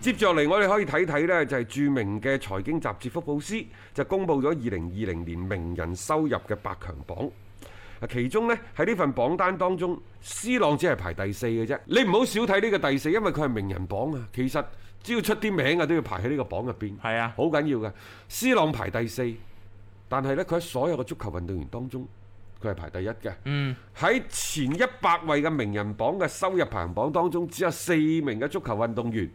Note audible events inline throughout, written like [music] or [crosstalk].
接住落嚟，我哋可以睇睇呢，就係著名嘅財經雜誌《福布斯》就公布咗二零二零年名人收入嘅百強榜。啊其中呢，喺呢份榜單當中，C 朗只係排第四嘅啫。你唔好少睇呢個第四，因為佢係名人榜啊。其實只要出啲名啊，都要排喺呢個榜入邊。係啊好緊要嘅。C 朗排第四，但係呢，佢喺所有嘅足球運動員當中，佢係排第一嘅。嗯，喺前一百位嘅名人榜嘅收入排行榜當中，只有四名嘅足球運動員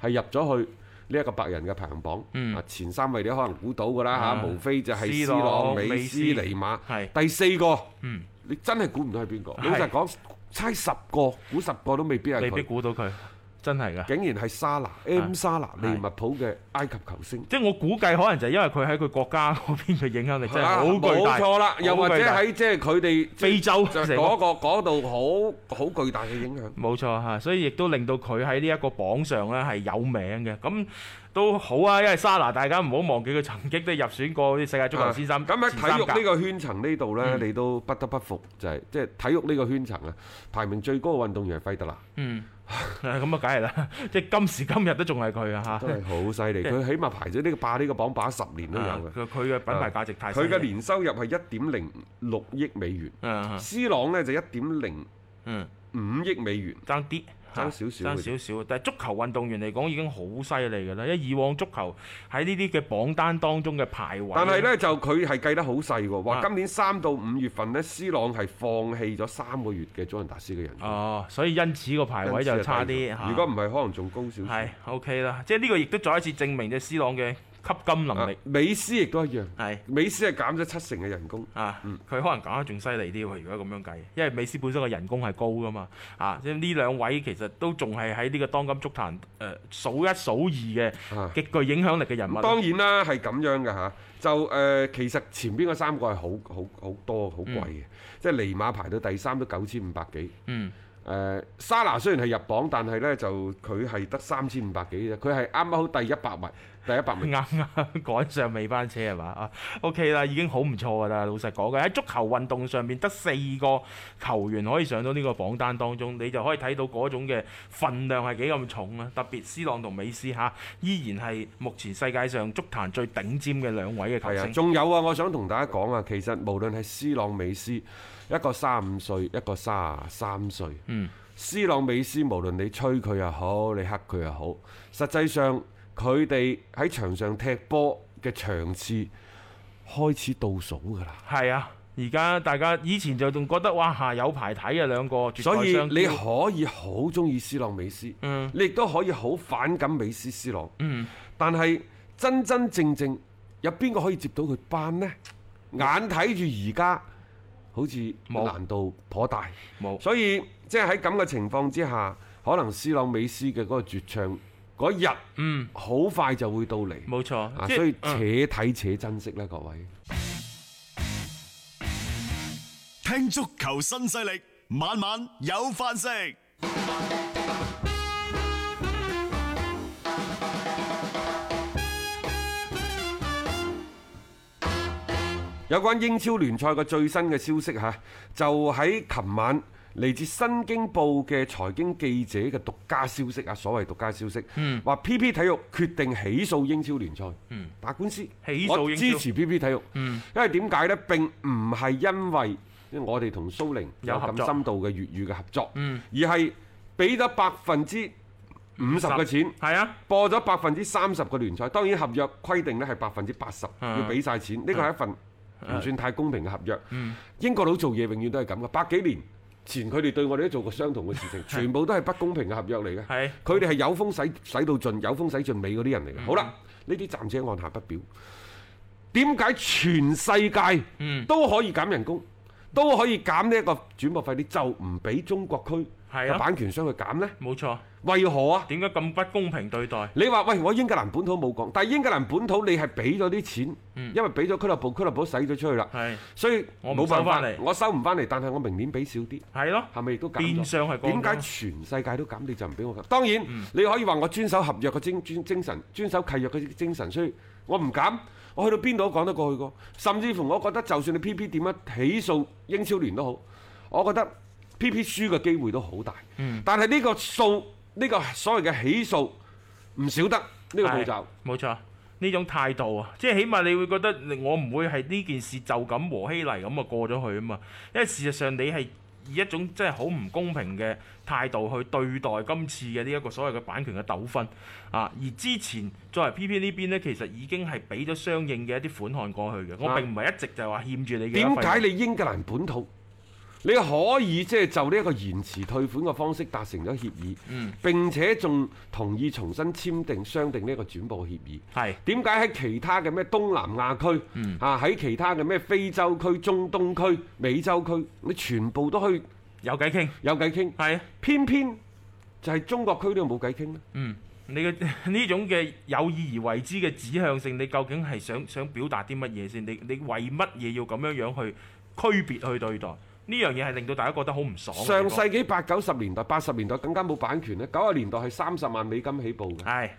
係入咗去呢一個百人嘅排行榜。嗯啊，前三位你可能估到㗎啦啊嚇，無非就係 C 斯朗朗、美美斯、斯尼馬。係第四個，嗯你真係估唔到係邊個？係老實講，猜十個估十個都未必係你必佢。估到佢，真係㗎。竟然係沙拿 M 沙拿利係物浦嘅埃及球星。即係我估計，可能就係因為佢喺佢國家嗰邊嘅影響力真係啊好巨大，冇錯啦，又或者好巨大喺即係佢哋非洲就成嗰個嗰度好好巨大嘅影響。冇錯嚇，所以亦都令到佢喺呢一個榜上咧係有名嘅，咁都好啊，因為沙拿大家唔好忘記佢曾經都入選過啲世界足球先生咁喺前體三育甲呢個圈層呢度呢，嗯你都不得不服，就係即係體育呢個圈層啊，排名最高嘅運動員係費德勒，嗯， [laughs] 咁啊，梗係啦，即係今時今日都仲係佢啊嚇真係好犀 [laughs] 利。即係佢起碼排咗呢個霸呢個榜霸十年都有啊嘅。佢佢嘅品牌價值太犀佢利嘅年收入係一點零六億美元嗯，C 朗呢就一點零嗯五億美元。爭啲。爭少少嘅爭啫少少，但係足球運動員嚟講已經好犀利㗎啦，因為以往足球喺呢啲嘅榜單當中嘅排位，但係呢，就佢係計得好細喎，話啊今年三到五月份呢，C 朗係放棄咗三個月嘅祖雲達斯嘅人工，哦，所以因此個排位就差啲嚇如果唔係，可能仲高少少係。OK 啦，即係呢個亦都再一次證明咗 C 朗嘅吸金能力啊美斯亦都一樣，係美斯係減咗七成嘅人工。啊，佢可能搞得仲犀利啲喎。如果咁樣計，因為美斯本身嘅人工係高噶嘛，啊，即係呢兩位其實都仲係喺呢個當今足壇誒、呃、數一數二嘅啊極具影響力嘅人物。當然啦，係咁樣嘅嚇。就誒、呃其實前邊嗰三個係好好好多好貴嘅，即係尼馬排到第三都九千五百幾。嗯誒、沙拿雖然係入榜，但係呢就佢係得三千五百幾啫，佢係啱啱好第一百位，第一百名。啱啱趕上尾班車係嘛啊？OK 啦，已經好唔錯㗎啦。老實講嘅喺足球運動上面，得四個球員可以上到呢個榜單當中，你就可以睇到嗰種嘅份量係幾咁重啊啦。特別斯朗同美斯嚇，依然係目前世界上足壇最頂尖嘅兩位嘅球係啊，星。仲有啊，我想同大家講啊，其實無論係斯朗、美斯，一個三五歲，一個三三歲。嗯，斯朗美斯無論你吹佢又好，你黑佢又好，實際上佢哋喺場上踢波嘅場次開始倒數㗎啦。係啊。而家大家以前就仲覺得哇嚇有排睇啊兩個絕代所以雙驕你可以好中意斯朗美斯，嗯你亦都可以好反感美斯斯朗。嗯但係真真正正有邊個可以接到佢班呢？眼睇住而家好似冇難度頗大。冇所以即係喺咁嘅情況之下，可能斯朗美斯嘅嗰個絕唱嗰日，嗯好快就會到嚟。冇錯，啊，即係所以嗯且睇且珍惜啦，各位。聽足球新勢力，晚晚有飯食。有關英超聯賽嘅最新嘅消息嚇，就喺琴晚嚟自《新京報》嘅財經記者嘅獨家消息啊，所謂獨家消息，嗯話 PP 體育決定起訴英超聯賽，打官司，起訴我英超嗯支持 PP 體育，因為點解呢？並唔係因為因為我哋同蘇寧有有合咁作嗯深度嘅粵語嘅合作，而係俾咗百分之五十嘅錢。係啊。播咗百分之三十嘅聯賽，當然合約規定呢係百分之八十嗯要俾晒錢，呢個係一份唔算太公平嘅合約。英國佬做嘢永遠都係咁嘅，百幾年前佢哋對我哋都做過相同嘅 [laughs] 事情，全部都係不公平嘅合約嚟嘅。係佢哋係有風使使到盡，有風使盡尾嗰啲人嚟嘅。好啦，呢啲暫且按下不表。點解全世界都可以減人工，都可以減呢一個轉播費，你就唔俾中國區係啊嘅版權商去減呢？冇錯。為何啊？點解咁不公平對待？你話喂，我英格蘭本土冇講，但係英格蘭本土你係俾咗啲錢，因為俾咗俱樂部，俱樂部使咗出去啦，係所以嗯我唔冇辦收法返嚟，我收唔翻嚟，但係我明年俾少啲，係咯，係咪亦都減咗？變相係嗯點降解咗全世界都減你就唔俾我減？當然、你可以話我遵守合約嘅精精精神，遵守契約嘅精神，所以我唔減。我去到邊度都講得過去個，甚至乎我覺得就算你 PP 點樣起訴英超聯都好，我覺得 PP 輸嘅機會都好大。嗯但係呢個數，呢、個所謂嘅起訴唔少得呢、個步驟係。冇錯。呢種態度啊，即係起碼你會覺得我唔會係呢件事就咁和稀泥咁啊過咗去啊嘛，因為事實上你係以一種真係好唔公平嘅態度去對待今次嘅呢一個所謂嘅版權嘅糾紛啊，而之前作為 PP 呢邊呢，其實已經係俾咗相應嘅一啲款項過去嘅，我啊並唔係一直就係話欠住你嘅。點解你英格蘭本土你可以即係就呢一個延遲退款嘅方式達成咗協議，嗯並且仲同意重新簽訂商定呢一個轉播協議？係點解喺其他嘅咩東南亞區、啊喺其他嘅咩非洲區、中東區、美洲區，你全部都去有偈傾？有偈傾，係啊。偏偏就係中國區都冇偈傾呢嗯，你嘅 [laughs] 呢種嘅有意而為之嘅指向性，你究竟係想想表達啲乜嘢先？你你為乜嘢要咁樣樣去區別去對待？呢樣嘢係令到大家覺得好唔爽嘅地上方。世紀八九十年代、八十年代更加冇版權咧，九十年代係三十萬美金起步嘅。係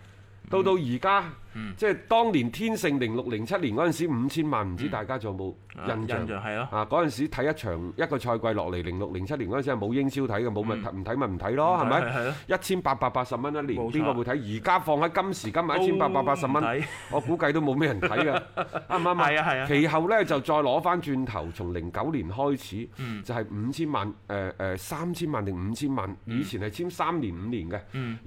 到嗯到而家，即係當年天盛零六零七年嗰陣時，五千萬唔知大家仲有啊冇印印象？象係咯，啊！嗰陣時睇一場一個賽季落嚟，零六零七年嗰陣時係冇英超睇嘅，冇咪睇唔睇咪唔睇咯，哦係嗯係咪係？一千八百八十蚊一年，冇錯邊個會睇？而家放喺今時今日都一千八百八十唔蚊睇，我估計都冇咩人睇 [laughs] 㗎，啱唔啱哦係啊係啊其後呢，就再攞翻轉頭，從零九年開嗯始，就係五千萬誒誒三千萬定五千萬，嗯以前係簽三年五年嘅，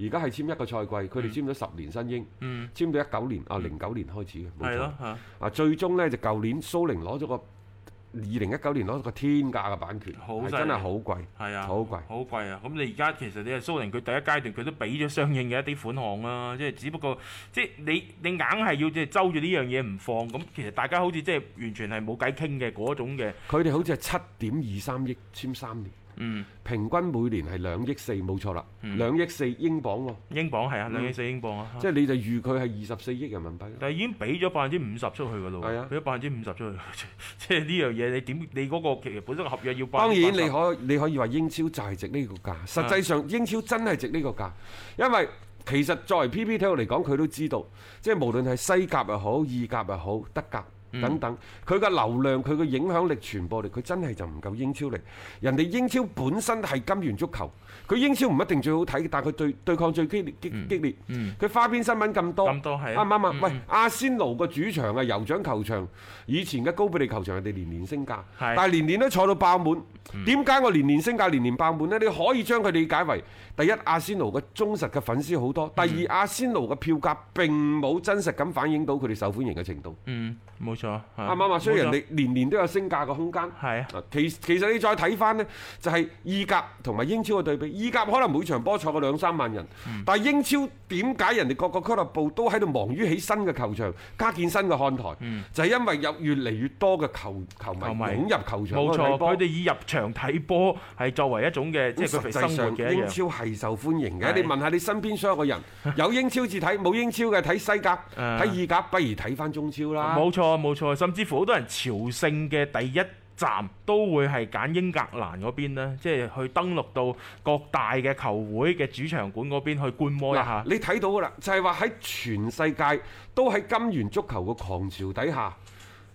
而家係簽一個賽季，嗯佢哋簽咗十年新英，簽到一九年啊零九年開始嘅，冇係錯咯。嚇，啊，最終呢，就舊年蘇寧攞咗個二零一九年攞咗個天價嘅版權，好係犀利真係好貴，係啊，好貴好貴啊！咁你而家其實你係蘇寧，佢第一階段佢都俾咗相應嘅一啲款項啦，即係只不過即係你你硬係要即係周住呢樣嘢唔放，咁其實大家好似即係完全係冇偈傾嘅嗰種嘅，佢哋好似係七點二三億簽三年，嗯，平均每年係兩億四，冇錯啦，兩億四英鎊喎，英鎊嗯係啊，兩億四英鎊啊，嗯即係你就預佢係二十四億人民幣啦。但係已經俾咗百分之五十出去㗎咯係喎啊，俾咗百分之五十出去， [laughs] 即係呢樣嘢你點你嗰個其實本身個合約要啊當然你可可你可以話英超就係值呢個價，實際上英超真係值呢個價，因為其實作為 PP 體育嚟講，佢都知道，即係無論係西甲又好、意甲又好、德甲。嗯等等，佢嘅流量、佢嘅影響力、傳播力，佢真係就唔夠英超嚟。人哋英超本身係金元足球，佢英超唔一定最好睇，但係佢對對抗最激烈激激烈。佢花邊新聞咁多，嗯咁多係啱啊唔啱啊？喂，阿仙奴個主場啊，酋長球場，以前嘅高比利球場，人哋年年升價，係嗯但係年年都坐到爆滿。點解我年年升價，年年爆滿呢？你可以將佢理解為第一，阿仙奴嘅忠實嘅粉絲好多；嗯第二，阿仙奴嘅票價並冇真實咁反映到佢哋受歡迎嘅程度，嗯冇錯，啱唔啱啊？所以人哋哋年年都有升價嘅空間。係啊啊其其實你再睇翻呢，就係意甲同埋英超嘅對比。意甲可能每場波坐個兩三萬人，嗯但係英超點解人哋各個俱樂部都喺度忙於起新嘅球場、加建新嘅看台，就係因為有越嚟越多嘅球球迷嗯球迷湧入球場冇嗰度睇錯，波佢哋。以入場睇波係作為一種嘅即咁係佢實哋際生活上嘅一英樣，超係受歡迎係嘅，你問下你身邊所有 [laughs] 嘅人，有英超至睇，冇英超嘅睇西甲、誒睇意甲，不如睇翻中超啦。冇錯冇錯，甚至乎好多人朝聖嘅第一。站都會係揀英格蘭嗰邊呢，即係去登陸到各大嘅球會嘅主場館嗰邊去觀摩一嗱下，。你睇到噶啦，就係話喺全世界都喺金元足球嘅狂潮底下。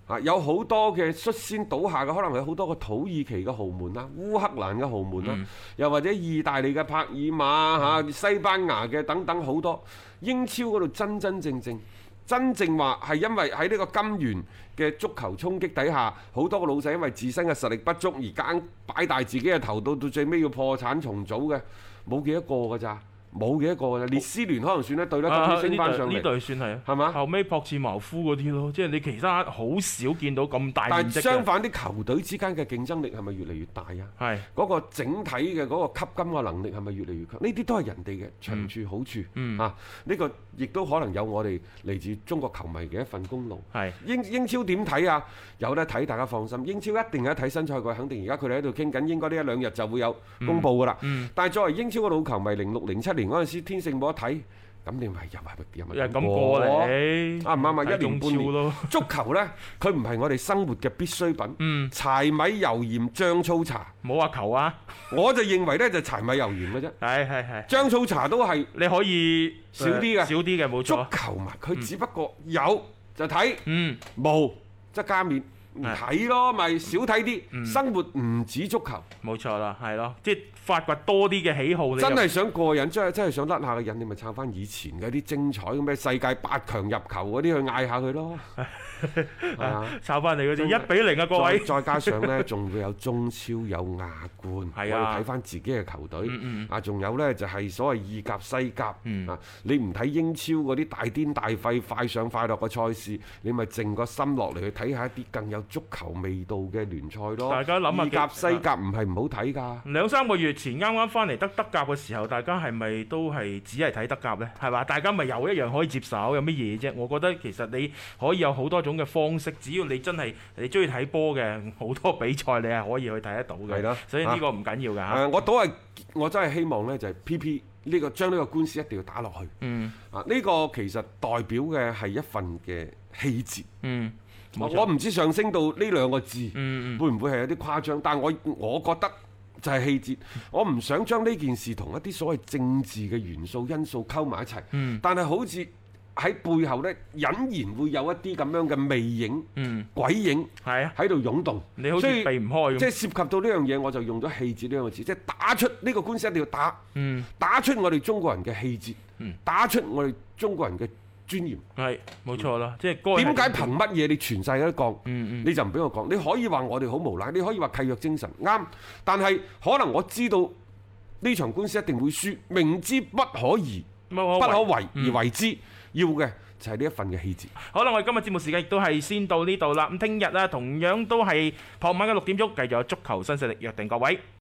啊！有好多嘅率先倒下嘅，可能有好多個土耳其嘅豪門啦、烏克蘭嘅豪門啦，啊嗯又或者意大利嘅帕爾馬嚇、啊西班牙嘅等等好多。英超嗰度真真正正。真正話係因為喺呢個金元嘅足球衝擊底下，好多個老細因為自身嘅實力不足而硬擺大自己嘅頭，到到最尾要破產重組嘅，冇幾多個㗎咋。冇嘅一個嘅，列斯聯可能算得對啦，今啊次升翻上呢嚟，隊算係啊，係嘛？後尾朴茨茅夫嗰啲咯，即係你其他好少見到咁大但面係積相嘅，反，啲球隊之間嘅競爭力係咪越嚟越大啊？係嗰個整體嘅嗰個吸金嘅能力係咪越嚟越強？呢啲都係人哋嘅長處好處、嗯啊！呢、個亦都可能有我哋嚟自中國球迷嘅一份功勞。係英英超點睇啊？有得睇，大家放心。英超一定有得睇新賽季，肯定而家佢哋喺度傾緊，應該呢一兩日就會有公佈㗎啦。嗯但係作為英超嘅老球迷，零六零七年嗰陣時，天聖冇得睇，咁你咪又係又咪又係咁過嚟，啱唔啱啊睇一年中半年超咯，足球呢，佢唔係我哋生活嘅必需品。嗯，柴米油鹽醬醋茶，冇話球啊，我就認為呢就柴米油鹽嘅啫。係係係，張草茶都係你可以少啲嘅少啲嘅冇足錯，球迷，佢只不過有就睇，嗯，冇則加勉，唔係睇咯，咪少睇啲。生活唔止足球，冇錯啦，係咯，即係發掘多啲嘅喜好，你就真係想過癮，真係真係想甩下個癮，你咪撐翻以前嗰啲精彩咁咩世界八強入球嗰啲去嗌下佢咯。係啊，炒翻你嗰啲真係一比零啊，各再位，再加上呢，仲會有中超有亞冠，係啊我哋睇翻自己嘅球隊。嗯嗯啊，仲有呢，就係所謂意甲、西甲、嗯啊，你唔睇英超嗰啲大癲大肺、快上快落嘅賽事，你咪靜個心落嚟去睇下一啲更有足球味道嘅聯賽咯。大家諗下意甲、幾啊西甲唔係唔好睇㗎。兩三個月前啱啱翻嚟得德甲嘅時候，大家係咪都係只係睇德甲呢？係嘛？大家咪又一樣可以接受，有乜嘢啫？我覺得其實你可以有好多種嘅方式，只要你真係你中意睇波嘅，好多比賽你係可以去睇得到嘅。係啦所以呢個唔啊緊要㗎誒、嚇。我都係我真係希望呢，就係 PP 呢個將呢個官司一定要打落去。嗯啊，呢、個其實代表嘅係一份嘅氣節。嗯，我冇錯我唔知上升到呢兩個字。嗯嗯會唔會係有啲誇張？但我我覺得就係氣節，我唔想將呢件事同一啲所謂政治嘅元素因素溝埋一齊。嗯但係好似喺背後呢，隱然會有一啲咁樣嘅魅影、嗯，鬼影係啊，喺度湧動。你好似所以避唔開即係咁。涉及到呢樣嘢，我就用咗氣節呢兩個字，即係打出呢個官司一定要打，嗯，打出我哋中國人嘅氣節嗯，打出我哋中國人嘅尊嚴。係冇錯啦，即係該係點解憑乜嘢你全世界都降？嗯嗯你就唔俾我講。你可以話我哋好無賴，你可以話契約精神啱，但係可能我知道呢場官司一定會輸，明知不可而不不可為嗯而為之，要嘅就係呢一份嘅氣節。好啦，我哋今日節目時間亦都係先到呢度啦。咁聽日啊，同樣都係傍晚嘅六點鐘，繼續有足球新勢力約定各位。